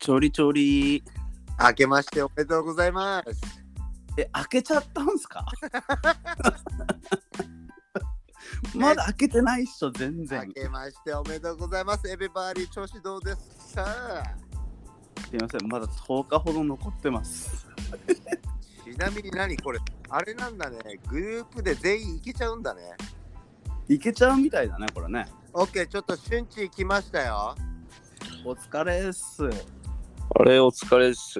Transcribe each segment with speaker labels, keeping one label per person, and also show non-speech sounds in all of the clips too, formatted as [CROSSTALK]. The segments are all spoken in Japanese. Speaker 1: ちょりちょり。
Speaker 2: 明けましておめでとうございます。
Speaker 1: え、開けちゃったんすかまだ開けてないっしょ、全
Speaker 2: 明
Speaker 1: 然。
Speaker 2: けましておめでとうございます。エビバーリー調子どうですか
Speaker 1: すいません、まだ10日ほど残ってます。
Speaker 2: ちなみに何これあれなんだね。グループで全員行けちゃうんだね。
Speaker 1: いけちゃうみたいだね、これね。
Speaker 2: オッケー、ちょっと瞬地行きましたよ。
Speaker 1: お疲れっす。
Speaker 3: あれ、お疲れっす。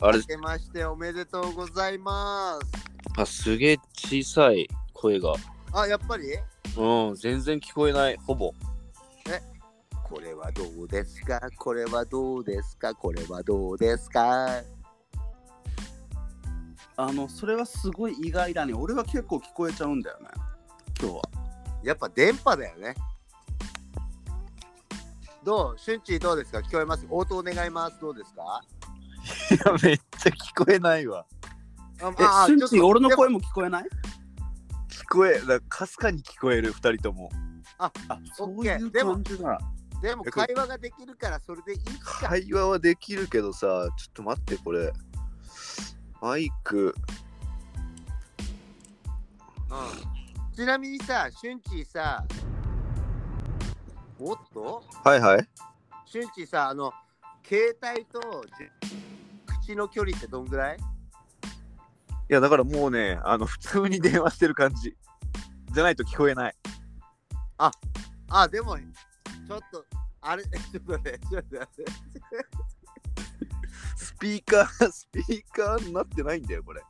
Speaker 3: あれ
Speaker 2: 明、けましておめでとうございます。
Speaker 3: あすげえ小さい声が。
Speaker 2: あ、やっぱり
Speaker 3: うん、全然聞こえない、ほぼ。
Speaker 2: これはどうですかこれはどうですかこれはどうですか
Speaker 1: あの、それはすごい意外だね。俺は結構聞こえちゃうんだよね。今日は。
Speaker 2: やっぱ電波だよね。どう瞬地どうですか聞こえます応答願います。どうですか
Speaker 3: いや、めっちゃ聞こえないわ。
Speaker 2: あ
Speaker 1: え、
Speaker 2: ああ
Speaker 1: しゅん
Speaker 2: ちょっ
Speaker 1: ち
Speaker 2: と
Speaker 1: 俺の
Speaker 2: でも
Speaker 1: 声も聞こえない
Speaker 3: 聞こえ、だかすかに聞こえる、二人とも。
Speaker 1: あ、そ
Speaker 2: オッ
Speaker 1: う
Speaker 2: ケ
Speaker 1: い
Speaker 2: ー
Speaker 1: う
Speaker 2: でも
Speaker 1: 感じなら。
Speaker 2: でも会話ができるからそれでいい
Speaker 1: [LAUGHS]
Speaker 2: か。
Speaker 3: 会話はできるけどさ、ちょっと待って、これ。マイク。
Speaker 2: うん、ちなみにさ、しゅんちさ、おっと
Speaker 3: はいはい。
Speaker 2: しゅんちさ、あの、携帯とじ口の距離ってどんぐらい
Speaker 3: いや、だからもうね、あの、普通に電話してる感じ。じゃないと聞こえない。
Speaker 2: あ、でも、ちょっと、あれ、 [LAUGHS] ちょっとね、ちょっと待って
Speaker 3: スピーカー、 [LAUGHS] スピーカーになってないんだよ、これ。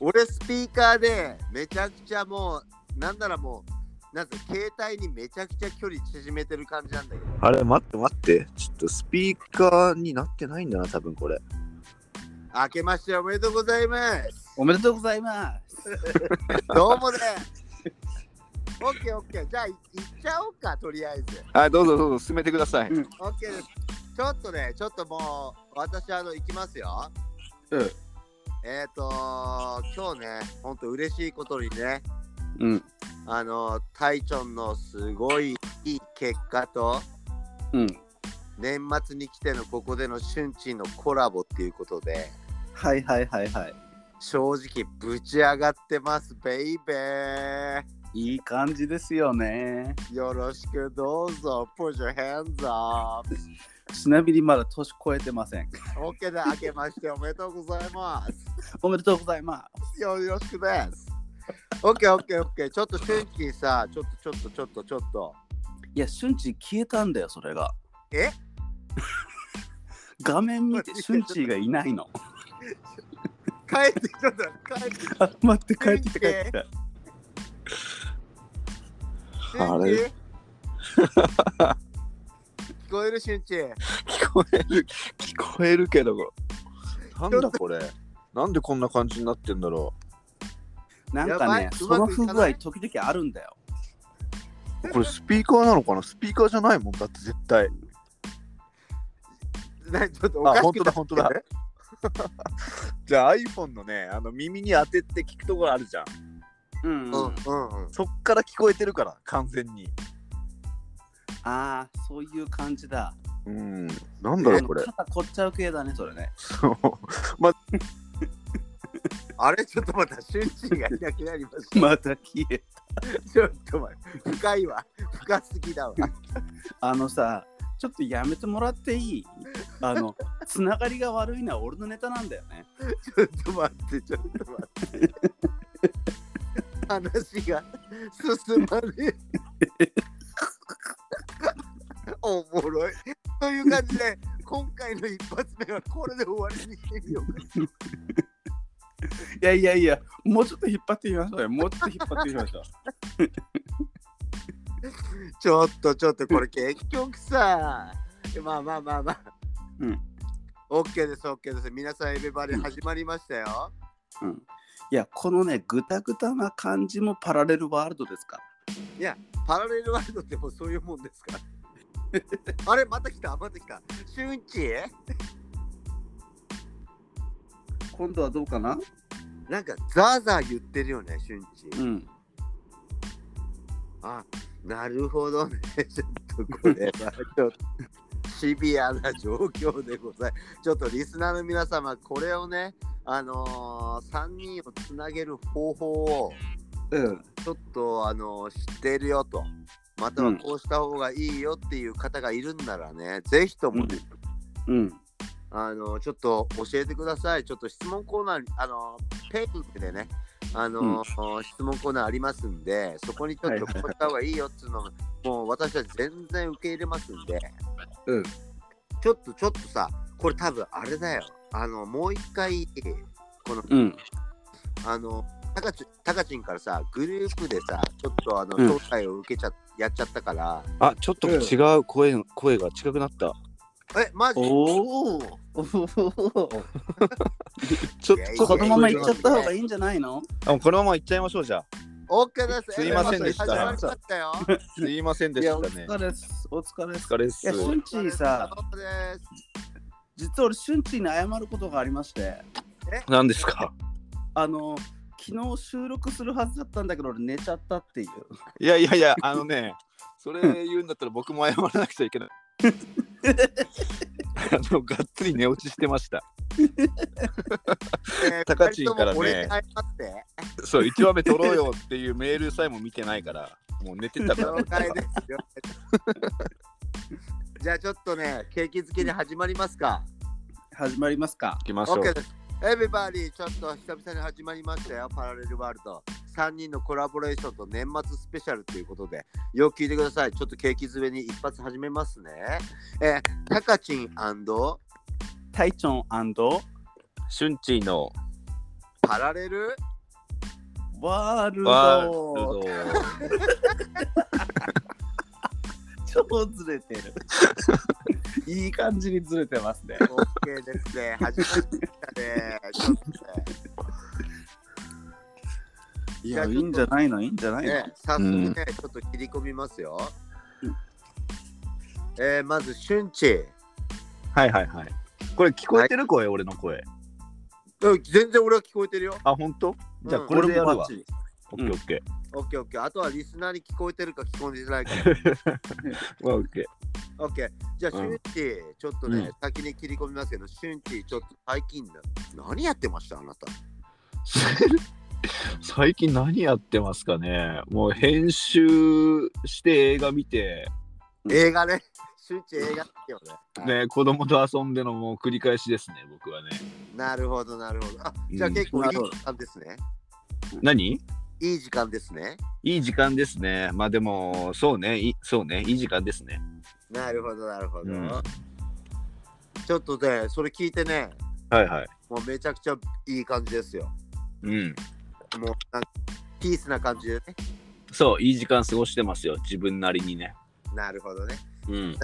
Speaker 2: 俺スピーカーでめちゃくちゃもう、なんならもう、なんか携帯にめちゃくちゃ距離縮めてる感じなんだけど。
Speaker 3: あれ、待って待って。ちょっとスピーカーになってないんだな、多分これ。
Speaker 2: 明けましておめでとうございます。
Speaker 1: おめでとうございます。
Speaker 2: どうもね。オッケーオッケー。じゃあ、い行っちゃおうか、とりあえず。
Speaker 3: はい、どうぞどうぞ、進めてください。
Speaker 2: オッケーです。ちょっとね、ちょっともう、私、あの、行きますよ。
Speaker 1: うん。
Speaker 2: えっ、ー、と今日ね、ほんと嬉しいことにね、
Speaker 1: うん。
Speaker 2: あの、タイチョンのすごいいい結果と、
Speaker 1: うん。
Speaker 2: 年末に来てのここでの瞬地のコラボっていうことで、
Speaker 1: はいはいはいはい。
Speaker 2: 正直、ぶち上がってます、ベイベー。
Speaker 1: いい感じですよね。
Speaker 2: よろしくどうぞ、put your hands up。
Speaker 1: ちなみにまだ年超えてません。
Speaker 2: OK で、明けましておめでとうございます。
Speaker 1: おめでとうございます。
Speaker 2: よろしくです。オッケーオッケーオッケー。ちょっとシュンキーさ、ちょっとちょっとちょっとちょっと。
Speaker 1: いや、瞬時消えたんだよ、それが。
Speaker 2: え
Speaker 1: 画面見て、
Speaker 2: 待って
Speaker 1: 瞬時がいないの。
Speaker 2: 帰ってちょっと帰って。
Speaker 1: あ、待って、帰ってきた、帰
Speaker 2: 瞬時
Speaker 1: ってきた。
Speaker 2: シュン
Speaker 3: あ
Speaker 2: キ
Speaker 3: れ
Speaker 1: [LAUGHS]
Speaker 2: ー聞こえるシュンキー。
Speaker 3: 聞こえる、聞こえるけど、なんだこれ。なんでこんな感じになってんだろ
Speaker 1: なん
Speaker 2: や
Speaker 1: か
Speaker 2: ば
Speaker 1: ね
Speaker 2: い、
Speaker 1: その
Speaker 2: うまく
Speaker 1: 不
Speaker 2: いか
Speaker 1: 具
Speaker 2: な
Speaker 1: 合、
Speaker 2: い
Speaker 1: 時々あるんだよ。
Speaker 3: う。これスピーカーなのかなスピーカーじゃないもん、だって絶対。
Speaker 2: なちょっとおかし
Speaker 3: あ、
Speaker 2: く
Speaker 3: 本当だ、
Speaker 2: なっ
Speaker 3: 本当だ。じゃあ iPhone のね、あの耳に当てて聞くところあるじゃん。
Speaker 1: うん、うん。
Speaker 2: てる。うんうんうん。
Speaker 3: そっから聞こえてるから、完全に。
Speaker 1: ああ、そういう感じだ。
Speaker 3: うん。なんだろ
Speaker 1: あ
Speaker 3: う、
Speaker 1: の
Speaker 3: これ。
Speaker 1: 肩凝っちゃう系だね、それね。
Speaker 3: そう。
Speaker 2: あれちょっとまたシュンキーがいなくなりまし
Speaker 1: [LAUGHS]
Speaker 2: た。
Speaker 1: また消え。
Speaker 2: ちょっと待って。深いわ。深すぎだわ。
Speaker 1: あのさ、ちょっとやめてもらっていいあの、つながりが悪いのは俺のネタなんだよね。
Speaker 2: ちょっと待って、ちょっと待って。話が進まねえ。おもろい。という感じで、今回の一発目はこれで終わりにしてみようか。
Speaker 1: いやいやいや、もうちょっと引っ張ってみましょうよ。もうちょっと引っ張ってみましょう。
Speaker 2: ちょっとちょっと、これ結局さ。まあまあまあまあ。
Speaker 1: うん。
Speaker 2: OK です、OK です。皆さん、エベバレ始まりましたよ。
Speaker 1: うん [LAUGHS] いや、このね、ぐたぐたな感じもパラレルワールドですから。
Speaker 2: パラレルワールドってもうそういうもんですか [LAUGHS] あれ、また来た、また来た。俊一
Speaker 1: 今度はどうかな
Speaker 2: なんかザーザー言ってるよね、俊一。
Speaker 1: うん。
Speaker 2: [LAUGHS] あ、なるほどね。ちょっとこれは、ちょっと。シビアな状況でございます。ちょっとリスナーの皆様、これをね、あのー、3人をつなげる方法を、
Speaker 1: うん。
Speaker 2: ちょっと、あのー知ってるよと、またはこうした方がいいよっていう方がいるんならね、ぜひともね、
Speaker 1: うん。
Speaker 2: あのーちょっと教えてください。ちょっと質問コーナーに、あのー、ペインクでね、あのー質問コーナーありますんで、そこにちょっとこうした方がいいよっていうのも、もう私は全然受け入れますんで、
Speaker 3: うん
Speaker 2: ちょっとちょっとさ、これ多分あれだよ。あの、もう一回、この、
Speaker 1: うん。
Speaker 2: あの、たかちたかちんからさ、グループでさ、ちょっとあの、
Speaker 1: うん
Speaker 2: 招待を受けちゃ、やっちゃったから、
Speaker 3: [LAUGHS] あ、ちょっと違う声、声が近くなった。
Speaker 2: え、マジ
Speaker 1: おーおー。
Speaker 3: ちょっ
Speaker 2: いやい
Speaker 3: と
Speaker 1: [LAUGHS]
Speaker 2: や
Speaker 1: このまま行っちゃった方が
Speaker 3: い
Speaker 1: いいんじゃないの
Speaker 3: あもうこのまま行っちゃいましょうじゃあ。
Speaker 2: オッケーです。
Speaker 3: すいませんでした
Speaker 2: 始まりましたよ。
Speaker 3: すいませんで
Speaker 1: い
Speaker 3: し
Speaker 1: や、
Speaker 3: た
Speaker 1: お
Speaker 3: ね。
Speaker 1: 疲れっす。お疲れっ
Speaker 3: お
Speaker 1: す。
Speaker 3: 疲れっす
Speaker 1: いや、。しゅんちさ、
Speaker 2: お疲れ様です
Speaker 1: 実は俺、しゅんちに謝ることがありまして、
Speaker 3: 何ですか
Speaker 1: あの、昨日収録するはずだったんだけど、俺寝ちゃったっていう。
Speaker 3: いやいやいや、あのね、それ言うんだったら僕も謝らなくちゃいけない。あの、がっつり寝落ちしてました。
Speaker 2: えー
Speaker 3: たかちんからね
Speaker 2: 二人とも俺に謝って。
Speaker 3: そう、1話目撮ろうよっていうメールさえも見てないから、もう寝て
Speaker 2: [LAUGHS]
Speaker 3: たから
Speaker 2: 了解です了解です。じゃあちょっとね、景気づけに始まりますか。
Speaker 1: 始まりますか。
Speaker 3: 行きましょう
Speaker 2: OK。です。エビバディ、ちょっと久々に始まりましたよ、パラレルワールド。3人のコラボレーションと年末スペシャルということで、よく聞いてください。ちょっと景気づめに一発始めますね。えー、タカチン
Speaker 1: タイチョン
Speaker 3: シュンチーの
Speaker 2: パラレル
Speaker 1: ワール
Speaker 3: ワー
Speaker 1: ド。
Speaker 3: ル
Speaker 1: 超ずれて [LAUGHS] る。いい感じにずれてますね。
Speaker 2: OK ですね。始まりましたね。ちょっとね
Speaker 1: いや、いいんじゃないのいいんじゃないの、
Speaker 2: ね、早速ね、ちょっと切り込みますよ。
Speaker 1: うん
Speaker 2: えー、まず、シュンチ。
Speaker 3: ド。はいはいはい。これ聞こえてる声、俺の声。
Speaker 2: うん全然俺は聞こえてるよ。
Speaker 3: あ、本当？じゃあ
Speaker 2: うん
Speaker 3: これでやる
Speaker 1: バ
Speaker 3: わ
Speaker 1: ッ。チリ
Speaker 3: オッケーオッケ
Speaker 2: オッケーオッケー。あとはリスナーに聞こえてるか聞こえてないか。
Speaker 3: ー。オッケー。
Speaker 2: オッケー。じゃあ、シ
Speaker 3: う
Speaker 2: ュ
Speaker 3: ん
Speaker 2: ンチ、ちょっとね、
Speaker 3: うん
Speaker 2: 先に切り込みますけど、シュンチ、ちょっと最近だ。何やってましたあなた。
Speaker 3: 最近何やってますかねもう編集して映画見て、
Speaker 1: うん
Speaker 2: 映画ね。シュンチ、映画ってよね。
Speaker 3: ね、子供と遊んでのもう繰り返しですね、僕はね。
Speaker 2: なるほど、なるほど。あ、じゃあ
Speaker 3: うん
Speaker 2: 結構いい
Speaker 1: なるほど
Speaker 2: 時間ですね。
Speaker 3: 何
Speaker 2: いい時間ですね。
Speaker 3: いい時間ですね。まあでも、そうね、いそうね、いい時間ですね。
Speaker 2: なるほど、なるほど。
Speaker 3: うん
Speaker 2: ちょっとね、それ聞いてね、
Speaker 3: はいはい。
Speaker 2: もうめちゃくちゃいい感じですよ。
Speaker 3: うん。
Speaker 2: もうなんかピースな感じでね。
Speaker 3: そう、いい時間過ごしてますよ、自分なりにね。
Speaker 2: なるほどね。
Speaker 3: うん。
Speaker 2: ね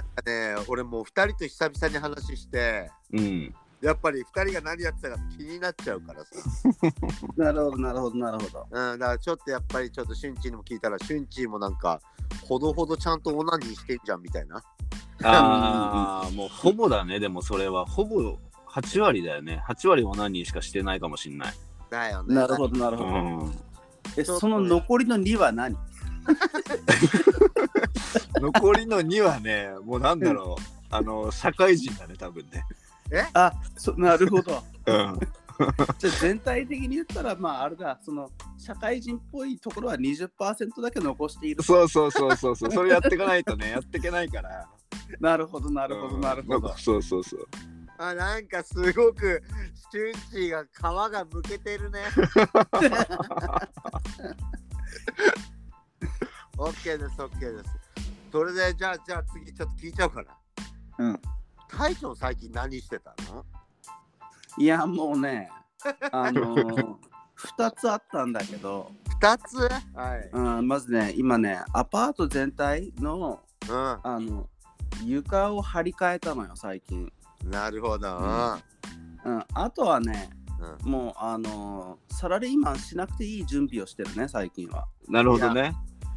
Speaker 2: 俺もう2人と久々に話して、
Speaker 3: うん。
Speaker 2: やっぱり2人が何やってたか気になっちゃうからさ。
Speaker 1: なるほど、なるほど、なるほど。
Speaker 2: うん、だからちょっとやっぱりちょっとシュンチーにも聞いたら、シュンチーもなんか、ほどほどちゃんとオナニーしてんじゃんみたいな。
Speaker 3: ああ、もうほぼだね、でもそれは。ほぼ8割だよね。8割オナニーしかしてないかもしんない。
Speaker 2: だよね。
Speaker 1: なるほど、なる
Speaker 3: う
Speaker 1: ほど。
Speaker 3: ん。
Speaker 1: え、その残りの2は何
Speaker 3: 残りの2はね、もうなんだろう、あの、社会人だね、多分ね。
Speaker 1: あ、そなるほど。
Speaker 3: うん。
Speaker 1: じゃあ全体的に言ったら、まああれだ、その社会人っぽいところは20%だけ残している。
Speaker 3: そうそうそうそうそう、それやっていかないとね、やっていけないから。
Speaker 1: なるほど、なるほ
Speaker 3: う
Speaker 1: ど、
Speaker 3: ん
Speaker 1: なるほど。
Speaker 3: そうそうそう。
Speaker 2: あなんかすごく、シュンチーが皮がむけてるね。オッケーです、オッケーです。それで、じゃあ、じゃあ次ちょっと聞いちゃおうかな。
Speaker 1: うん。
Speaker 2: 大将最近何してたの
Speaker 1: いや、もう
Speaker 2: [LAUGHS]
Speaker 1: ね、あのー、2つあったんだけど、
Speaker 2: 二つはい。
Speaker 1: うん、まずね、今ね、アパート全体の
Speaker 2: う
Speaker 1: あの床を張り替えたのよ、最近。
Speaker 2: ん。なるほど。
Speaker 1: うん、あとはね、
Speaker 2: うん
Speaker 1: もうあのーサラリーマンしなくていい準備をしてるね、最近は。
Speaker 3: なるほどね。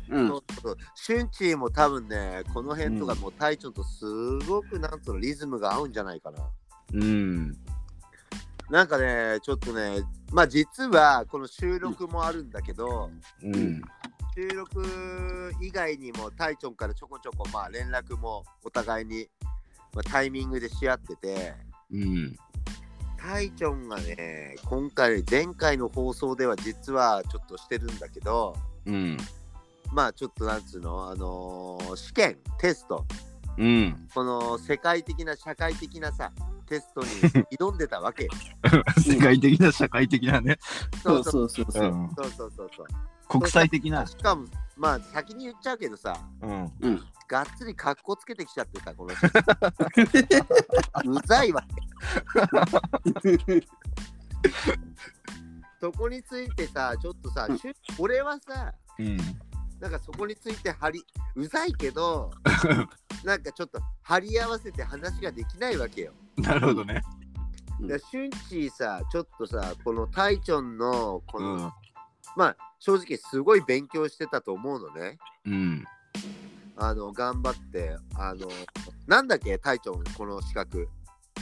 Speaker 1: う
Speaker 2: うんん、そうそうシュンチーも多分ね、この辺とかもう隊長とすごくなんとのリズムが合うんじゃないかな。
Speaker 3: うん。
Speaker 2: なんかね、ちょっとね、まあ実はこの収録もあるんだけど、
Speaker 3: うん。
Speaker 2: 収録以外にも隊長からちょこちょこまあ連絡もお互いにまあ、タイミングでし合ってて、
Speaker 3: うん。
Speaker 2: タイチョンがね、今回、前回の放送では実はちょっとしてるんだけど、
Speaker 3: うん。
Speaker 2: まあちょっとなんつうの、あのー試験、テスト、
Speaker 3: うん。
Speaker 2: この世界的な社会的なさ、テストに挑んでたわけよ。
Speaker 3: 世界的な社会的なね。
Speaker 1: [LAUGHS] そうそうそうそうう。
Speaker 3: ん。
Speaker 2: そうそうそうそう。
Speaker 3: 国際的な。
Speaker 2: しかも、まあ先に言っちゃうけどさ、
Speaker 3: うん。
Speaker 1: うん。
Speaker 2: がっつり格好つけてきちゃってた、この
Speaker 1: [LAUGHS]
Speaker 2: 人。うざいわけ。そこについてさ、ちょっとさ、
Speaker 1: うん
Speaker 2: しゅ俺はさ、
Speaker 3: うん。
Speaker 2: なんかそこについて張り、うざいけ
Speaker 1: [LAUGHS]
Speaker 2: ど、なんかちょっと張り合わせて話ができないわけよ。
Speaker 3: なるほどね。
Speaker 1: うん
Speaker 2: だからシュンチーさ、ちょっとさ、このタイチョンの、こ
Speaker 3: う
Speaker 2: の、
Speaker 3: ん。
Speaker 2: まあ正直すごい勉強してたと思うのね。
Speaker 3: うん。
Speaker 2: あの、頑張って、あの、なんだっけ、タイチョン、この資格。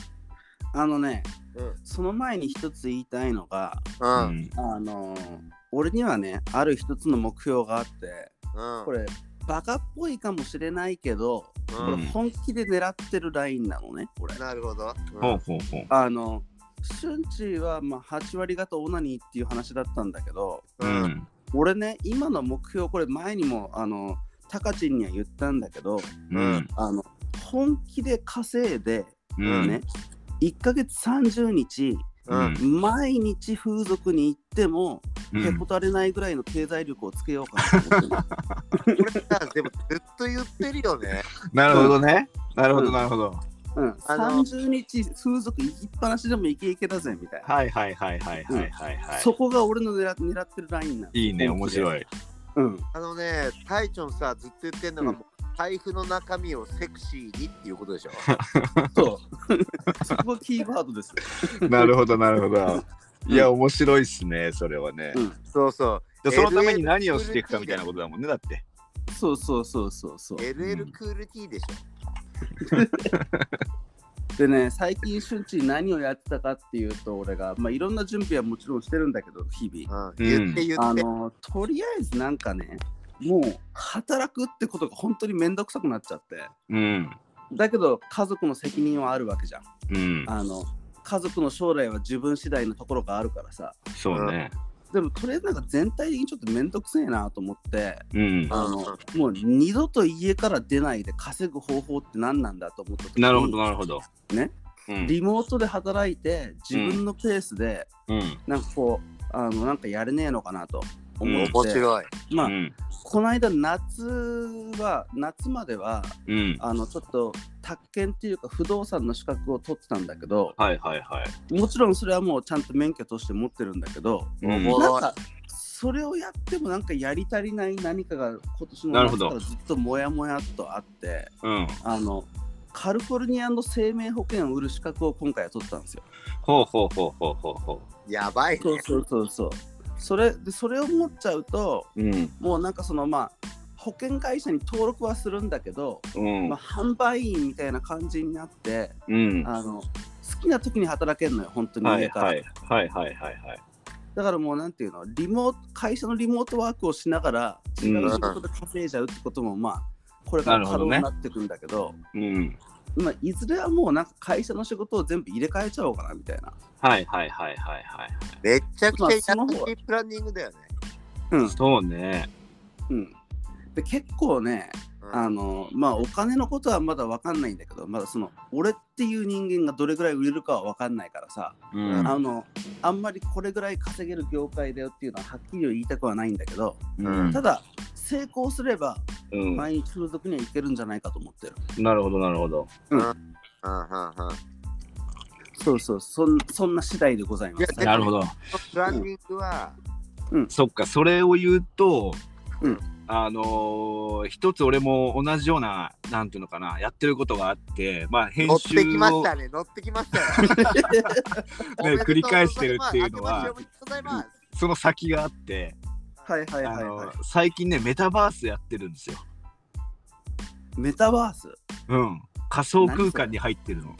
Speaker 1: [LAUGHS] あのね、
Speaker 2: うん
Speaker 1: その前に一つ言いたいのが、
Speaker 2: う、
Speaker 3: うん
Speaker 2: うん、
Speaker 3: ん。
Speaker 1: あのー俺にはね、ある一つの目標があって、これ、バカっぽいかもしれないけど、こ
Speaker 2: う
Speaker 1: れ
Speaker 2: ん、
Speaker 1: 本気で狙ってるラインなのね、これ。
Speaker 2: なるほど。う
Speaker 3: ほうんほうほう。
Speaker 1: あの、シュンチーはまあ8割方オナニーっていう話だったんだけど、
Speaker 3: う
Speaker 2: うん
Speaker 3: ん。
Speaker 1: 俺ね、今の目標、これ前にも、あの、タカチンには言ったんだけど、
Speaker 3: うん。
Speaker 1: あの、本気で稼いで、
Speaker 3: うん。
Speaker 1: ね、1ヶ月30日、
Speaker 2: うん
Speaker 1: 毎日風俗に行っても、
Speaker 3: う
Speaker 1: へ
Speaker 3: ん
Speaker 1: こ。たれないぐらいの経済力をつけようかなと思って
Speaker 3: [LAUGHS]
Speaker 1: る
Speaker 2: これさ、でもずっと言ってるよね。 [LAUGHS]
Speaker 3: なるほどね。なるほど、なるほど。
Speaker 1: うん、
Speaker 2: あの
Speaker 1: 30日風俗行きっぱなしでもイケイケだぜみたいな、
Speaker 3: はいはいはいはいはいはいは
Speaker 1: そこが俺の狙っ狙ってるラインなの
Speaker 3: い。いいね、面白 [LAUGHS] い。
Speaker 1: うん、
Speaker 2: あのね、タイチョンさ、ずっと言ってるのが、
Speaker 1: うん
Speaker 2: もう財布の中身をセクシーにっていうこと
Speaker 3: [LAUGHS]
Speaker 2: でしょ。
Speaker 1: そう [LAUGHS] そこがキーワードです、
Speaker 3: なるほど、なるほど。いや、面白いっすね、それはね
Speaker 1: う。ん
Speaker 2: そうそ
Speaker 3: でそのために何をしていくかみたいなことだもんね、だって。
Speaker 1: そうそうそうそうそう
Speaker 2: う。LL クール T でし
Speaker 1: でね最近瞬時に何をやってたかっていうと俺が、まあ、いろんな準備はもちろんしてるんだけど日々
Speaker 2: ょ。うん、言って言
Speaker 1: あ
Speaker 2: って。
Speaker 1: のとりあえずなんかねもう働くってことが本当に面倒くさくなっちゃって
Speaker 3: うん。
Speaker 1: だけど家族の責任はあるわけじゃん
Speaker 3: うん。
Speaker 1: あの家族の将来は自分次第のところがあるからさ
Speaker 3: そうね。
Speaker 1: でもとりあえずなんか全体的にちょっと面倒くせえなと思って
Speaker 3: うん。
Speaker 1: あのもう二度と家から出ないで稼ぐ方法って何なんだと思った時に
Speaker 3: なるほど、なるほど。
Speaker 1: ね
Speaker 3: うん。
Speaker 1: リモートで働いて自分のペースで
Speaker 3: うん。
Speaker 1: なんかこうあのなんかやれねえのかなと思って、
Speaker 2: 面白い。
Speaker 1: ま
Speaker 3: う
Speaker 1: あ
Speaker 3: ん。
Speaker 1: この間夏は夏までは
Speaker 3: うん。
Speaker 1: あのちょっと宅建っていうか不動産の資格を取ってたんだけど
Speaker 3: はいはいはい。
Speaker 1: もちろんそれはもうちゃんと免許として持ってるんだけど
Speaker 3: うん
Speaker 2: おも
Speaker 1: な
Speaker 2: ろ
Speaker 1: ん
Speaker 2: い
Speaker 1: かそれをやってもなんかやり足りない何かが今年
Speaker 3: な
Speaker 1: の
Speaker 3: るほ
Speaker 1: 夏
Speaker 3: ど
Speaker 1: からずっとモヤモヤっとあって
Speaker 3: うん。
Speaker 1: あのカリフォルニアの生命保険を売る資格を今回は取ったんですよ。
Speaker 3: ほうほうほうほうほうほ
Speaker 2: やばいね。
Speaker 1: そうそうそうそうそれでそれを持っちゃうと
Speaker 3: う。うん。
Speaker 1: もうなんかそのまあ保険会社に登録はするんだけど、
Speaker 3: うん
Speaker 1: まあ、。販売員みたいな感じになって
Speaker 3: うん。
Speaker 1: あの好きな時に働けるのよ本当に
Speaker 3: はい
Speaker 1: 家から、
Speaker 3: はいはいはいはいはい。
Speaker 1: だからもうなんていうのリモート会社のリモートワークをしながら違う仕事で稼いじゃうってこともまあこれから可能になってくんだけど
Speaker 3: うん。
Speaker 1: まあ、いずれはもうなんか会社の仕事を全部入れ替えちゃおうかなみたいな、
Speaker 3: はいはいはいはいはい。
Speaker 2: めっちゃくちゃ優し
Speaker 1: まあその方
Speaker 2: いプランニングだよね。
Speaker 1: うん
Speaker 3: そうね。
Speaker 1: うん、で結構ね
Speaker 2: うん
Speaker 1: あのまあお金のことはまだ分かんないんだけどまだその俺っていう人間がどれぐらい売れるかは分かんないからさ、
Speaker 3: うん。
Speaker 1: あのあんまりこれぐらい稼げる業界だよっていうのははっきりは言いたくはないんだけど
Speaker 3: うん
Speaker 1: ただ成功すれば
Speaker 3: うん。
Speaker 1: 毎日風俗には行けるんじゃないかと思ってる。
Speaker 3: なるほどなるほど。
Speaker 2: うんうんうん
Speaker 1: そうそう、そんそんな次第でございま
Speaker 2: いや
Speaker 1: す。
Speaker 2: で
Speaker 3: なるほど。
Speaker 2: そのプランニングは、
Speaker 3: そっか、それを言うと、
Speaker 1: うん
Speaker 3: あのー一つ俺も同じような、なんていうのかな、やってることがあって、まあ、編
Speaker 2: 乗って
Speaker 3: 集
Speaker 2: きまし
Speaker 3: を、
Speaker 2: たね、乗ってきましたよ。
Speaker 3: [LAUGHS]
Speaker 2: おめでとうございます
Speaker 3: 繰り返してるっていうのは
Speaker 2: 明けましておめでとうございます
Speaker 3: その先があって、
Speaker 1: はいはいはい
Speaker 3: あ
Speaker 1: は
Speaker 3: のー最近ね、メタバースやってるんですよ。
Speaker 1: い。メタバース
Speaker 3: うん。仮想空間に入ってるの。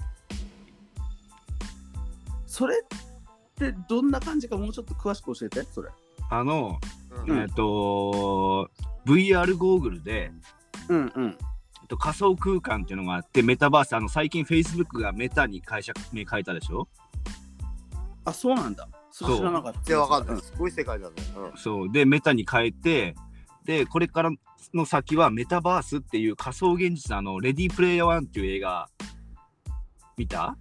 Speaker 1: それってどんな感じかもうちょっと詳しく教えて、それ。
Speaker 3: あの、
Speaker 2: うん
Speaker 1: うん
Speaker 3: えっと、VR ゴーグルで、
Speaker 1: うんうん。
Speaker 3: と仮想空間っていうのがあって、メタバース、あの最近 Facebook がメタに解釈に変えたでしょ
Speaker 1: あ、そうなんだ。それ知らなかった。
Speaker 2: で、わかんない。すごい世界だね。うん
Speaker 3: そう。で、メタに変えて、で、これからの先はメタバースっていう仮想現実のあの、レディープレイヤー1っていう映画、見た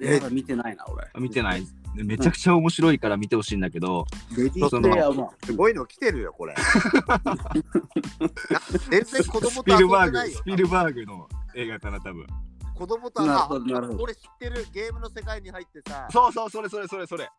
Speaker 1: うんまだ見てないな、俺。
Speaker 3: 見てない。でめちゃくちゃ面白いから見てほしいんだけど、
Speaker 1: レディープレイヤーは。
Speaker 2: すごいの来てるよ、これ。な全然子
Speaker 3: ス
Speaker 2: 供と
Speaker 3: ピ
Speaker 2: 遊
Speaker 3: ル
Speaker 2: ん
Speaker 3: バ
Speaker 2: で
Speaker 3: ー
Speaker 2: ない
Speaker 3: グ、
Speaker 2: よ
Speaker 3: ス。ピルバーグの映画かな、多分。
Speaker 2: 子供と
Speaker 1: なる
Speaker 2: あ
Speaker 1: ほどなるほど
Speaker 2: 俺知ってるゲームの世界に入ってさ、
Speaker 3: そうそう、それそれそれそれ。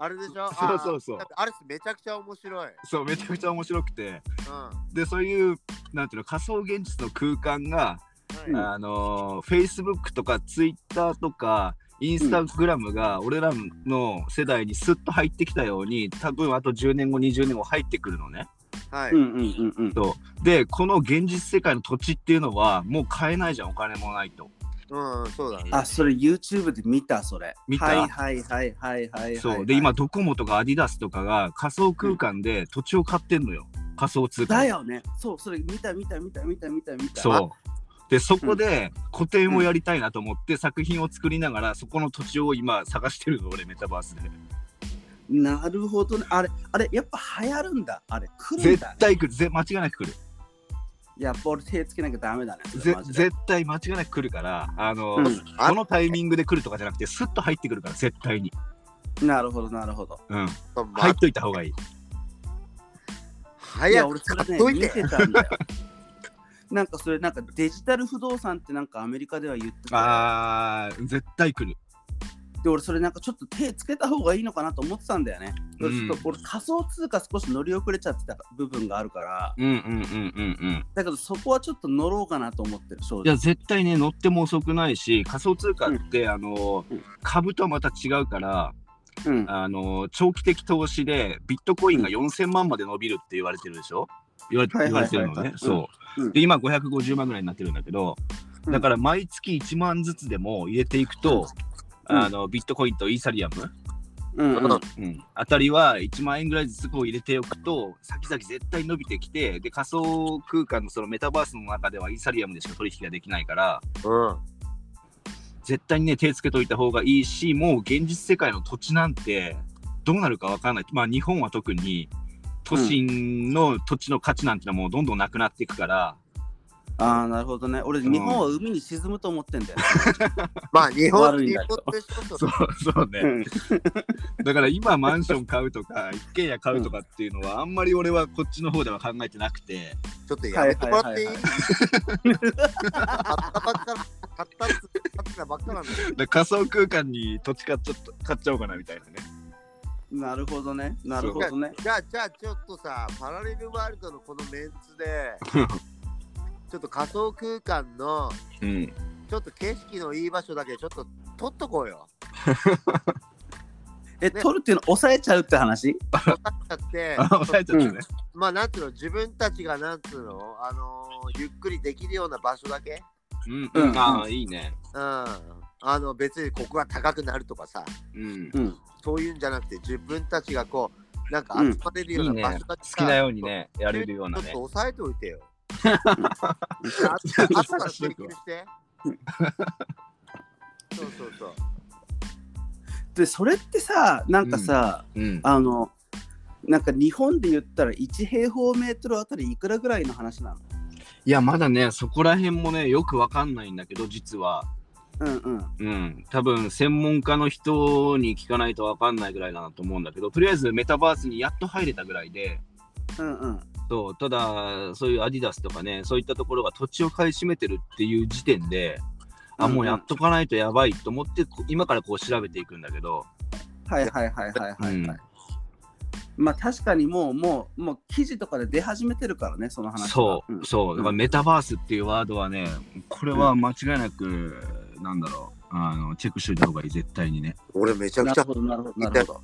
Speaker 2: あれでしょ
Speaker 3: そうそうそう
Speaker 2: あーだってあれめちゃくちゃ面白い。
Speaker 3: そう、めちゃくちゃ面白くて。
Speaker 2: うん。は
Speaker 3: で、そういう、なんていうの、仮想現実の空間が、
Speaker 2: い
Speaker 1: うん
Speaker 3: あのー、Facebook とか Twitter とか、インスタグラムが俺らの世代にスッと入ってきたように、多分あと10年後、20年後入ってくるのね。
Speaker 2: はい。
Speaker 1: うんうんうんうん。
Speaker 3: で、この現実世界の土地っていうのは、もう買えないじゃん、お金もないと。
Speaker 2: うん、うんそうだね。
Speaker 1: あ、それ YouTube で見た、それ。
Speaker 3: 見た
Speaker 1: はいはいはいはいはいはい。
Speaker 3: そう。で、今、。ドコモとかアディダスとかが仮想空間で土地を買ってんのよ。仮想通貨
Speaker 1: だ
Speaker 3: で。
Speaker 1: よね。そう、それ見た見た見た見た見た見た。
Speaker 3: そう。で、そこで個展をやりたいなと思って、作品を作りながら、そこの土地を今探してるの、俺、メタバースで。
Speaker 1: なるほどね。あれ、あれ、やっぱ流行るんだ。あれ、来るん
Speaker 3: 絶
Speaker 1: だ。
Speaker 3: 対来る。ぜ間違いなく来る。
Speaker 1: やっぱ俺手つけなきゃダメだね。それ
Speaker 3: ぜ
Speaker 1: マジで
Speaker 3: 絶対間違いなく来るから、あの、
Speaker 1: うん
Speaker 2: あ
Speaker 3: このタイミングで来るとかじゃなくて、スッと入ってくるから、絶対に。
Speaker 1: なるほど、なるほど。
Speaker 3: うん。
Speaker 2: と
Speaker 3: 入
Speaker 2: ま
Speaker 3: っといた方がいい。
Speaker 1: いや、
Speaker 2: 早
Speaker 1: 俺
Speaker 2: く
Speaker 1: それ
Speaker 2: 買っ
Speaker 1: ね
Speaker 2: と、い
Speaker 1: 見
Speaker 2: て
Speaker 1: て。たんだよ。なんかそれ、なんかデジタル不動産ってなんかアメリカでは言ってた。
Speaker 3: あー、絶対来る。
Speaker 1: で、俺それなんかちょっと手つけた方がいいのかなと思ってたんだよね。
Speaker 3: うん
Speaker 1: 俺ちょっと俺仮想通貨少し乗り遅れちゃってた部分があるから、
Speaker 3: うんうんうんうんうん。
Speaker 1: だけどそこはちょっと乗ろうかなと思ってる、正
Speaker 3: いや
Speaker 1: 直。
Speaker 3: 絶対ね乗っても遅くないし仮想通貨って、あの
Speaker 1: うん
Speaker 3: 株とはまた違うから、
Speaker 1: うん。
Speaker 3: あの長期的投資でビットコインが4000万まで伸びるって言われてるでしょ言われ
Speaker 1: はい
Speaker 3: 言
Speaker 1: は
Speaker 3: わ
Speaker 1: い
Speaker 3: れ
Speaker 1: はい
Speaker 3: てるのね、
Speaker 1: うん
Speaker 3: そう、
Speaker 1: うん
Speaker 3: で今550万ぐらいになってるんだけど、
Speaker 1: うん
Speaker 3: だから毎月1万ずつでも入れていく
Speaker 1: う
Speaker 3: と、
Speaker 1: ん
Speaker 3: あのビットコインとイーサリアム、
Speaker 1: うんうん。
Speaker 3: うんあたりは1万円ぐらいずつこう入れておくと先々絶対伸びてきてで仮想空間のそのメタバースの中ではイーサリアムでしか取引ができないから、
Speaker 2: うん。
Speaker 3: 絶対にね手つけといた方がいいしもう現実世界の土地なんてどうなるかわからないまあ日本は特に都心の土地の価値なんてのはもうどんどんなくなっていくから、
Speaker 1: ああ、なるほどね。俺、日本は海に沈むと思ってんだよね。
Speaker 2: まあ、日本
Speaker 1: 悪いん
Speaker 2: 日
Speaker 1: だ
Speaker 2: 本
Speaker 1: けど
Speaker 2: ってちょっ
Speaker 3: そ
Speaker 2: と
Speaker 3: うそうね、だから今マンション買うとか一軒家買うとかっていうのはあんまり俺はこっちの方では考えてなくて
Speaker 2: ちょっとやめてもらっていい
Speaker 1: はい
Speaker 2: 買ったばっか買ったっつ買ったばっかなんだよ。
Speaker 3: で仮想空間に土地買っちゃった買っちゃおうかなみたいなね
Speaker 1: なるほどね。なるほどね。
Speaker 2: じゃあ、じゃあ、ちょっとさ、パラレルワールドのこのメンツ
Speaker 3: [LAUGHS]
Speaker 2: で、ちょっと仮想空間の、
Speaker 3: うん
Speaker 2: ちょっと景色のいい場所だけちょっと撮っとこうよ。
Speaker 1: え、取るっていうの抑えちゃうって話
Speaker 2: 撮っちゃって
Speaker 3: [LAUGHS] あ、抑えちゃったね、
Speaker 2: まあ、なんつうの、自分たちがなんつうの、あのーゆっくりできるような場所だけ。
Speaker 3: うん、
Speaker 1: うん
Speaker 3: ああいいね
Speaker 2: うん。あの、別にここが高くなるとかさ、
Speaker 3: うん
Speaker 1: うん。
Speaker 2: そういうんじゃなくて、自分たちがこう、なんか集まれるよ
Speaker 3: いうい
Speaker 2: な場所
Speaker 3: ね好
Speaker 2: だけさ
Speaker 3: きなようにねやれるような
Speaker 2: ちょ
Speaker 3: ね
Speaker 2: っと押さえておいてよ。ああとからクリックして。そうそうそう。
Speaker 1: で、それってさ、なんかさ、
Speaker 3: うん
Speaker 1: あの、なんか日本で言ったら1平方メートルあたりいくらぐらいの話なの
Speaker 3: いや、まだね、そこら辺もね、よくわかんないんだけど、実は。
Speaker 1: うんうん。
Speaker 3: うん。多分、専門家の人に聞かないとわかんないぐらいだなと思うんだけど、とりあえずメタバースにやっと入れたぐらいで、
Speaker 1: うんうん。
Speaker 3: そう、ただ、そういうアディダスとかね、そういったところが土地を買い占めてるっていう時点で、あ、
Speaker 1: うんうん
Speaker 3: もうやっとかないとやばいと思って、こ今からこう調べていくんだけど、
Speaker 1: はいはいはいはいはい、
Speaker 3: うん
Speaker 1: はい。まあ確かにもう、もう、もう記事とかで出始めてるからね、その話は。
Speaker 3: そうう、
Speaker 1: ん
Speaker 3: そう、だからメタバースっていうワードはね、これは間違いなく、なんだろう、あの、チェックしといた方がいい、絶対にね。
Speaker 2: 俺めちゃく
Speaker 1: な
Speaker 2: ち
Speaker 1: る
Speaker 2: ゃ
Speaker 1: ほどなるほどなるほど。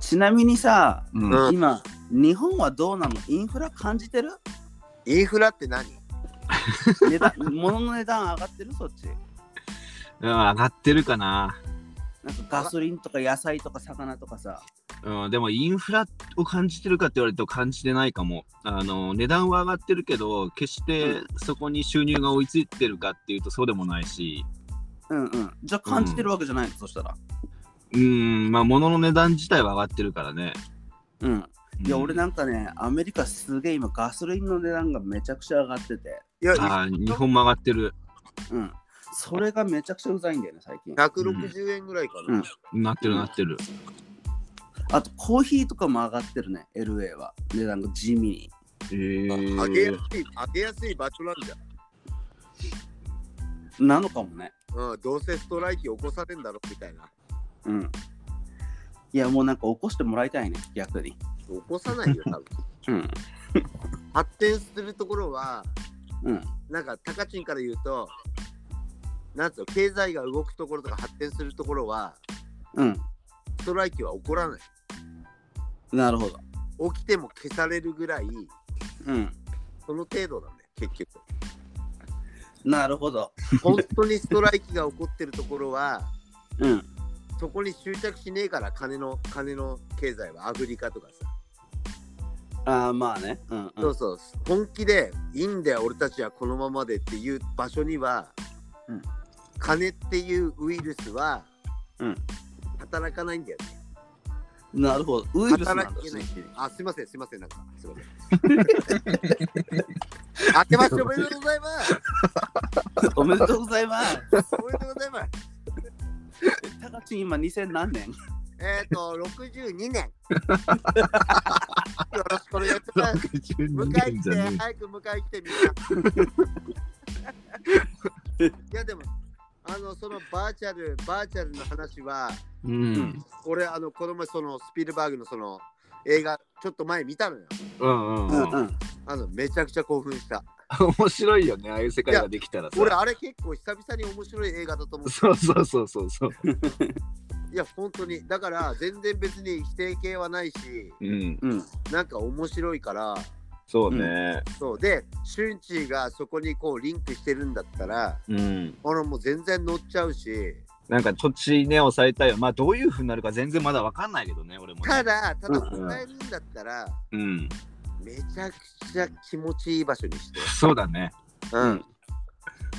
Speaker 1: ちなみにさ、
Speaker 3: うん。
Speaker 2: うん
Speaker 1: 今、日本はどうなのインフラ感じてる
Speaker 2: インフラって何
Speaker 1: 値段 [LAUGHS] 物の値段上がってるそっち
Speaker 3: うん上がってるかな。
Speaker 1: なんかガソリンとか野菜とか魚とかさ
Speaker 3: うん、でもインフラを感じてるかって言われると感じてないかも。あの値段は上がってるけど、決してそこに収入が追いついてるかっていうとそうでもないし、
Speaker 1: うんうん。じゃあ感じてるわけじゃないの、そしたら。
Speaker 3: うん、まあ物の値段自体は上がってるからね。
Speaker 1: うん。いや、
Speaker 3: うん
Speaker 1: 俺なんかね、アメリカすげえ今ガソリンの値段がめちゃくちゃ上がってて、
Speaker 2: いや、
Speaker 3: あー日本も上がってる、
Speaker 1: うん。それがめちゃくちゃうざいんだよね、最近。
Speaker 2: 160円ぐらいかな。
Speaker 1: うん
Speaker 3: なってるなってる。
Speaker 1: あとコーヒーとかも上がってるね、LA は。値段が地味に。
Speaker 3: え
Speaker 2: 上げや
Speaker 3: ー、
Speaker 2: すい、上げやすい場所なんだよ。
Speaker 1: なのかもね。
Speaker 2: うん、どうせストライキ起こされんだろみたいな。
Speaker 1: うん。いや、もうなんか起こしてもらいたいね、逆に。
Speaker 2: 起こさないよ、多分。
Speaker 1: うん。
Speaker 2: 発展するところは、
Speaker 1: うん。
Speaker 2: なんか、タカチンから言うと、なんつうの、経済が動くところとか発展するところは、
Speaker 1: うん。
Speaker 2: ストライキは起こらない。
Speaker 1: なるほど。
Speaker 2: 起きても消されるぐらい、
Speaker 1: うん。
Speaker 2: その程度なんだよ、結局。
Speaker 1: なるほど。
Speaker 2: 本当にストライキが起こってるところは、
Speaker 1: うん。
Speaker 2: そこに執着しねえから、金の、金の経済は、アフリカとかさ。
Speaker 1: ああ、まあね。うん、う
Speaker 2: そ
Speaker 1: ん
Speaker 2: う。そう、本気でいいんだよ、俺たちはこのままでっていう場所には、
Speaker 1: うん
Speaker 2: 金っていうウイルスは、
Speaker 1: うん
Speaker 2: 働かないんだよね。
Speaker 1: なるほど。ウイルスなんだ
Speaker 2: 働けない
Speaker 1: し。
Speaker 2: あ、すいません、すいません、なんか、すいま [LAUGHS] せん。明けましておめでとうございます。
Speaker 1: [LAUGHS] おめでとうございます。
Speaker 2: おめでとうございます。
Speaker 1: タカチン今2000何年
Speaker 2: えっ、ー、と、62年。 [LAUGHS] よろしくお願いします。迎え
Speaker 3: 62年
Speaker 2: 来
Speaker 3: じ
Speaker 2: て
Speaker 3: ゃね、
Speaker 2: 早く迎え来てみ
Speaker 3: [LAUGHS]
Speaker 2: んな。いやでも、あの、そのバーチャル、バーチャルの話は、
Speaker 3: え。うん。
Speaker 2: 俺、あの、この前、そのスピルバーグのその映画、ちょっと前見たのよ。
Speaker 3: うん
Speaker 1: う
Speaker 3: うんんう。
Speaker 1: うんん。
Speaker 2: あの、めちゃくちゃ興奮した。
Speaker 3: 面白いよね、ああいう世界ができたら
Speaker 2: 俺、
Speaker 3: さ。
Speaker 2: あれ結構久々に面白い映画だと思
Speaker 3: そうそうそうそうそう。
Speaker 2: う。いや、本当に。だから、全然別に否定形はないし、
Speaker 3: うん。
Speaker 1: うん。
Speaker 2: なんか面白いから、
Speaker 3: そうね。
Speaker 2: そう。で、シュンチーがそこにこう、リンクしてるんだったら、
Speaker 3: うん。
Speaker 2: 俺もう全然乗っちゃうし、
Speaker 3: なんか土地ね、抑えたいよ。まあ、どういうふうになるか全然まだわかんないけどね、俺もね。
Speaker 2: ただ、ただ
Speaker 3: うんうん
Speaker 2: 答えるんだったら、
Speaker 3: うん。
Speaker 2: めちゃくちゃ気持ちいい場所にして。
Speaker 3: そうだね。
Speaker 2: うん。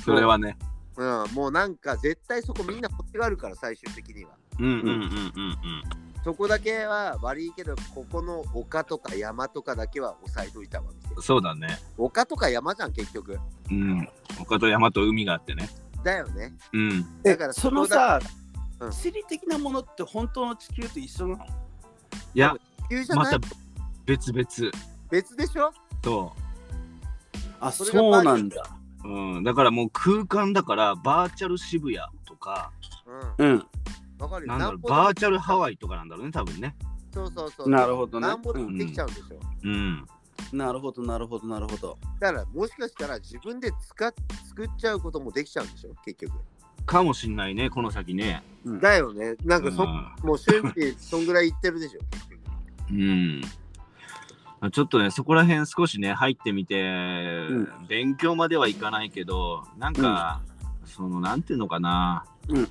Speaker 3: それはね。
Speaker 2: うん、もうなんか絶対そこみんなこっちがあるから、最終的には。
Speaker 3: うんうんうんうん
Speaker 2: そこだけは悪いけど、ここの丘とか山とかだけは押さえといたわ。みたい
Speaker 3: うん。
Speaker 2: な
Speaker 3: そうだね。
Speaker 2: 丘とか山じゃん、結局。
Speaker 3: うん。丘と山と海があってね。
Speaker 2: だよね。
Speaker 3: うん。
Speaker 1: え
Speaker 2: だから
Speaker 1: そのさ、
Speaker 2: うん
Speaker 1: 地理的なものって本当の地球と一緒なの
Speaker 3: いや、
Speaker 2: 地球じゃ
Speaker 3: ま
Speaker 2: ない、
Speaker 3: た別々。
Speaker 2: 別でしょ
Speaker 3: と。
Speaker 1: あ、
Speaker 2: それがバーチャル
Speaker 1: だ。
Speaker 3: うん。だからもう空間だから、バーチャル渋谷とか、
Speaker 2: うん。
Speaker 1: うん。
Speaker 2: わかる
Speaker 3: な
Speaker 2: よ。
Speaker 3: んだろう、
Speaker 2: ぼでも
Speaker 3: バーチャルハワイとかなんだろうね、多分ね。
Speaker 2: そうそうそう。
Speaker 1: なるほどね
Speaker 2: なんぼでもできちゃうんでしょ。
Speaker 3: うん。
Speaker 1: なるほど、なるほど、なるほど。
Speaker 2: だから、もしかしたら自分で使っ作っちゃうこともできちゃうんでしょ、結局。
Speaker 3: かもしんないね、この先ね。
Speaker 2: だよね。なん
Speaker 3: う
Speaker 2: かそ、
Speaker 3: ん。
Speaker 2: もう瞬時、そんぐらい言ってるでしょ。
Speaker 3: うん。ちょっとね、そこら辺少しね、入ってみて、
Speaker 1: ん
Speaker 3: 勉強まではいかないけど、なんか、その、なんていうのかな。
Speaker 1: うん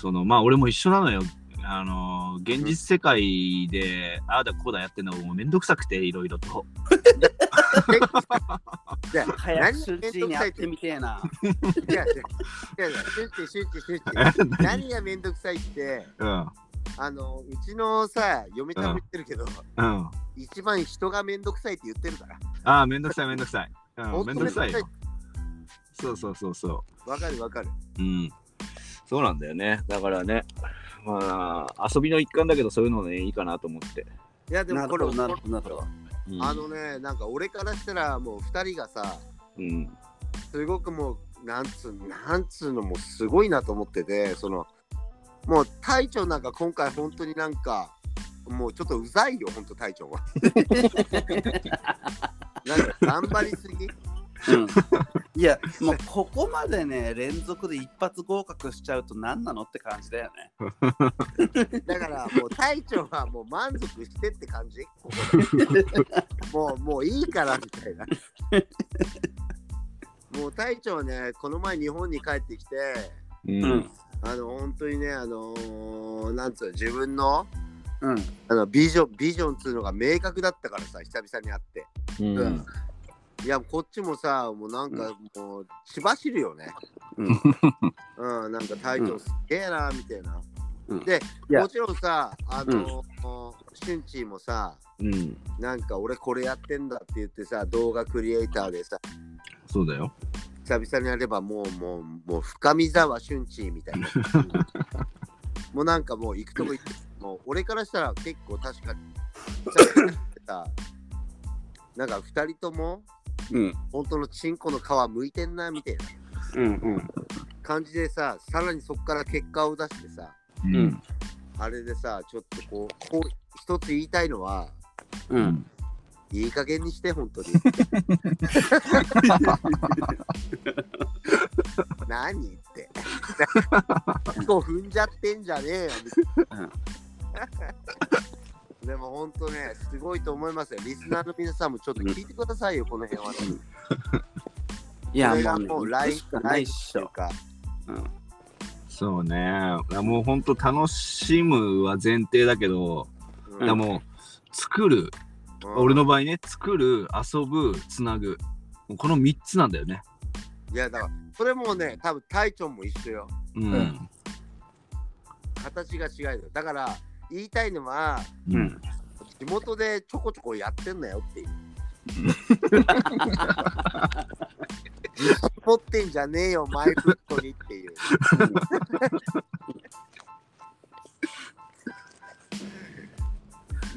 Speaker 3: その、まあ、俺も一緒なのよ。あの、現実世界で、ああだこうだやってんのもうめんどくさくて、いろいろと。
Speaker 2: じゃあ
Speaker 1: 早く集中に会ってみてえな。
Speaker 2: いやいやいやいや、シュッチシュッチシュッチ。
Speaker 3: [LAUGHS]
Speaker 2: 何がめんどくさいって、
Speaker 3: うん。
Speaker 2: あの、うちのさ、嫁ちゃんも言ってるけど、
Speaker 3: うん。あ
Speaker 2: 一番人がめんどくさいって言ってるから。
Speaker 3: あ、めんどくさい、めんどくさい。う
Speaker 2: ほと
Speaker 3: ん、めんどくさい
Speaker 2: めん
Speaker 3: よ。そうそうそうそう。
Speaker 2: わかるわかる。
Speaker 3: うん。そうなんだよね。だからね、まあ、遊びの一環だけど、そういうのね、いいかなと思って。
Speaker 2: いや、で
Speaker 1: な
Speaker 2: も
Speaker 1: るほ
Speaker 2: これ
Speaker 1: ど、、なるほど、なるほど。
Speaker 3: うん
Speaker 2: あのね、なんか俺からしたらもう二人がさ、
Speaker 3: うん。
Speaker 2: すごくもう、なんつう、なんつうのもうすごいなと思ってて、その、もう隊長なんか今回本当になんか、もうちょっとうざいよ、本当隊長は。なんか頑張りすぎ
Speaker 1: うん、い [LAUGHS] や、もうここまでね、連続で一発合格しちゃうと何なのって感じだよね。
Speaker 2: だからもう隊長はもう満足してって感じここでもうもういいからみたいなもう隊長はねこの前日本に帰ってきて
Speaker 3: う
Speaker 1: うんん。
Speaker 2: あの本当にねあのーなんつうの自分の
Speaker 1: うん。
Speaker 2: あのビジョンビジョンっつうのが明確だったからさ久々に会って
Speaker 1: う
Speaker 4: うん
Speaker 1: ん。
Speaker 2: いやこっちもさもうなんかもう血走るよね
Speaker 1: うん。
Speaker 2: うん、なんか隊長すげえなみたいな、
Speaker 1: うん
Speaker 2: で
Speaker 1: いや
Speaker 2: もちろんさあのー、しゅんちもさ
Speaker 1: うん。
Speaker 2: なんか俺これやってんだって言ってさ動画クリエイターでさ
Speaker 3: そうだよ。
Speaker 2: 久々にやればもうもうもう深見沢俊地み
Speaker 1: [LAUGHS]
Speaker 2: たいなもうなんかもう行くとこ行ってもう俺からしたら結構確かにさなんか2人とも
Speaker 1: うん。
Speaker 2: 本当のチンコの皮剥いてんなみたいな
Speaker 1: うん。うん。
Speaker 2: 感じでささらにそこから結果を出してさ
Speaker 3: う
Speaker 1: うん。
Speaker 2: あれでさちょっとこうこう一つ言いたいのは
Speaker 1: うん。
Speaker 2: いい加減にして
Speaker 1: [LAUGHS]
Speaker 2: 本当に何言ってこう踏んじゃってんじゃねえよでも本当ねすごいと思いますよリスナーの皆さんもちょっと聞いてくださいよ、この辺はね
Speaker 1: いや、
Speaker 2: これが
Speaker 1: も
Speaker 2: も
Speaker 1: うね、行
Speaker 2: う来
Speaker 1: くしかないっし
Speaker 2: という
Speaker 1: ょ。
Speaker 2: か
Speaker 3: そうね。もう本当楽しむは前提だけど、
Speaker 2: うん
Speaker 3: いやもう作る、
Speaker 2: うん
Speaker 3: 俺の場合ね、作る、遊ぶ、つなぐ。もうこの3つなんだよね。
Speaker 2: いやだからそれもね多分隊長も一緒よ
Speaker 3: うん。
Speaker 1: う
Speaker 2: 形が違うよだから言いたいのは
Speaker 1: う
Speaker 3: うんん。
Speaker 2: 地元でちょこちょこやってんだよっていう。持ってんじゃねえよ、マイフットにっていう。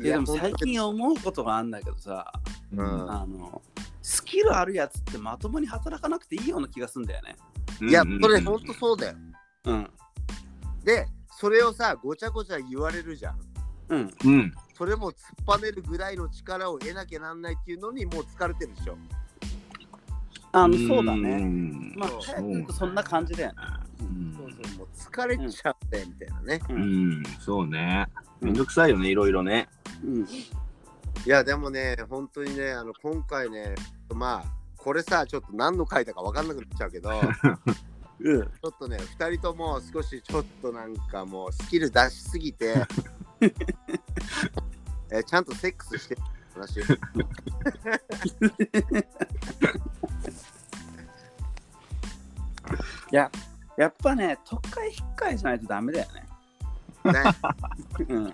Speaker 1: いや、でも最近思うことがあんだけどさ、
Speaker 2: う
Speaker 3: うん
Speaker 2: ん
Speaker 1: あの、スキルあるやつってまともに働かなくていいような気がするんだよね。
Speaker 2: いや、それほんとそうだよ。
Speaker 1: うん。
Speaker 2: で、それをさ、ごちゃごちゃ言われるじゃん。
Speaker 1: うん。
Speaker 3: うん。
Speaker 2: それも突っぱねるぐらいの力を得なきゃなんないっていうのにもう疲れてるでしょ。
Speaker 1: あの、そうだ
Speaker 3: う
Speaker 1: ね。
Speaker 3: ん
Speaker 1: まあ、
Speaker 2: そう
Speaker 1: 早く言うとそんな感じだよね。
Speaker 2: そうそう、もう疲れちゃってみたいなね。
Speaker 1: う。
Speaker 3: うんん、そうね。めんどくさいよね、いろいろね。
Speaker 1: うん。
Speaker 2: いやでもね、本当にね、あの今回ね、まあ、これさ、ちょっと何の回だか分かんなくなっちゃうけど、ち
Speaker 1: うん。
Speaker 2: ょっとね、2人とも少しちょっとなんかもうスキル出しすぎて、えちゃんとセックスして話。
Speaker 1: やっぱね、特会引っかえじゃないとダメだよね。
Speaker 2: ね、
Speaker 1: うん。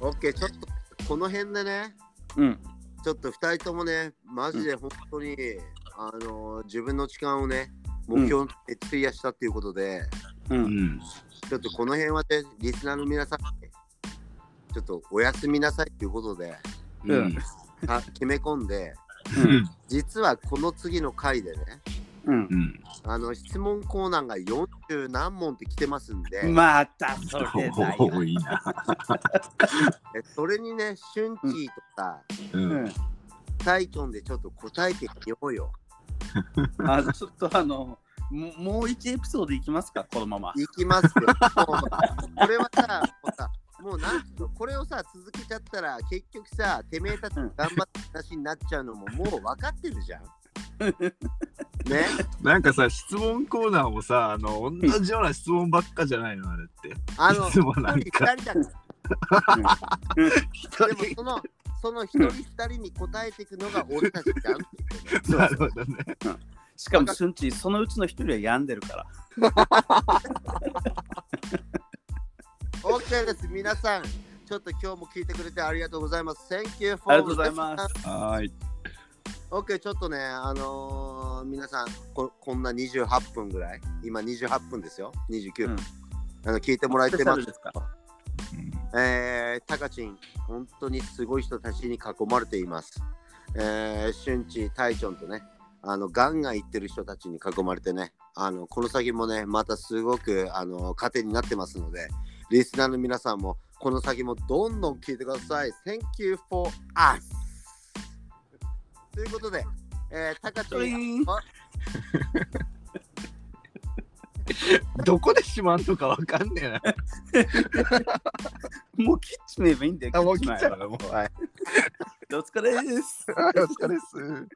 Speaker 2: オッケー、ちょっとこの辺でね、
Speaker 1: うん。
Speaker 2: ちょっと2人ともね、マジで本当に、あの自分の時間をね、目標に費やしたっていうことで、
Speaker 1: う。
Speaker 3: うんん。
Speaker 2: ちょっとこの辺はね、リスナーの皆さん、ちょっとおやすみなさいっていうことで、
Speaker 1: う
Speaker 3: うんん。
Speaker 2: あ決め込んで、
Speaker 1: うん。
Speaker 2: 実はこの次の回でね、
Speaker 1: うん
Speaker 3: う。 [LAUGHS]
Speaker 2: あの質問コーナーが40何問って来てますんで、
Speaker 1: またそれだよ。
Speaker 3: ん。いいな。
Speaker 2: えそれにね、シュンチーとか、
Speaker 3: う。
Speaker 1: うんん、
Speaker 2: タイチョンでちょっと答えてみようよ。
Speaker 1: あちょっとあのももう一エピソードいきますかこのまま。
Speaker 2: いきますよ。もうこれはさ、もうさ、もうなんつうのこれをさ、続けちゃったら、結局さ、てめえたちが頑張った話になっちゃうのも、もう分かってるじゃん。ね
Speaker 3: なんかさ、質問コーナーもさ、あの、同じような質問ばっかじゃないの、あれって。
Speaker 2: あの、一
Speaker 3: いつ
Speaker 2: 人
Speaker 3: もなん
Speaker 2: 二
Speaker 3: か
Speaker 2: 人だから。でもそのその一人二人に答えていくのが俺たちじゃん。
Speaker 3: なるほどね。
Speaker 1: しかも、すんちそのうちの一人は病んでるから。
Speaker 2: OK です、皆さん。ちょっと今日も聞いてくれてありがとうございます。Thank you for。
Speaker 1: ありがとうございます
Speaker 3: はい。
Speaker 2: OK、ちょっとね、あのー皆さんこ、こんな28分ぐらい、今28分ですよ、29分。
Speaker 1: うん
Speaker 2: あの聞いてもらえてま
Speaker 1: ス
Speaker 2: す
Speaker 1: ペシャルですか
Speaker 2: えー、タカチン、本当にすごい人たちに囲まれています。えー、シュンチ、タイチョンとね、あの、ガンガン行ってる人たちに囲まれてね、あの、この先もね、またすごく、あの、糧になってますので、リスナーの皆さんも、この先もどんどん聞いてください。Thank you for us! ということで、えー、タカチ
Speaker 1: トゥイー
Speaker 2: ン、
Speaker 1: ン
Speaker 3: どこでしまんのかわかんねえな。
Speaker 1: もう切っちめばいいんだよ。
Speaker 3: あもう切っち
Speaker 1: 切っ
Speaker 3: ゃう
Speaker 1: ちまえば
Speaker 3: もう。はい。
Speaker 1: お疲れです。
Speaker 3: お疲れっす。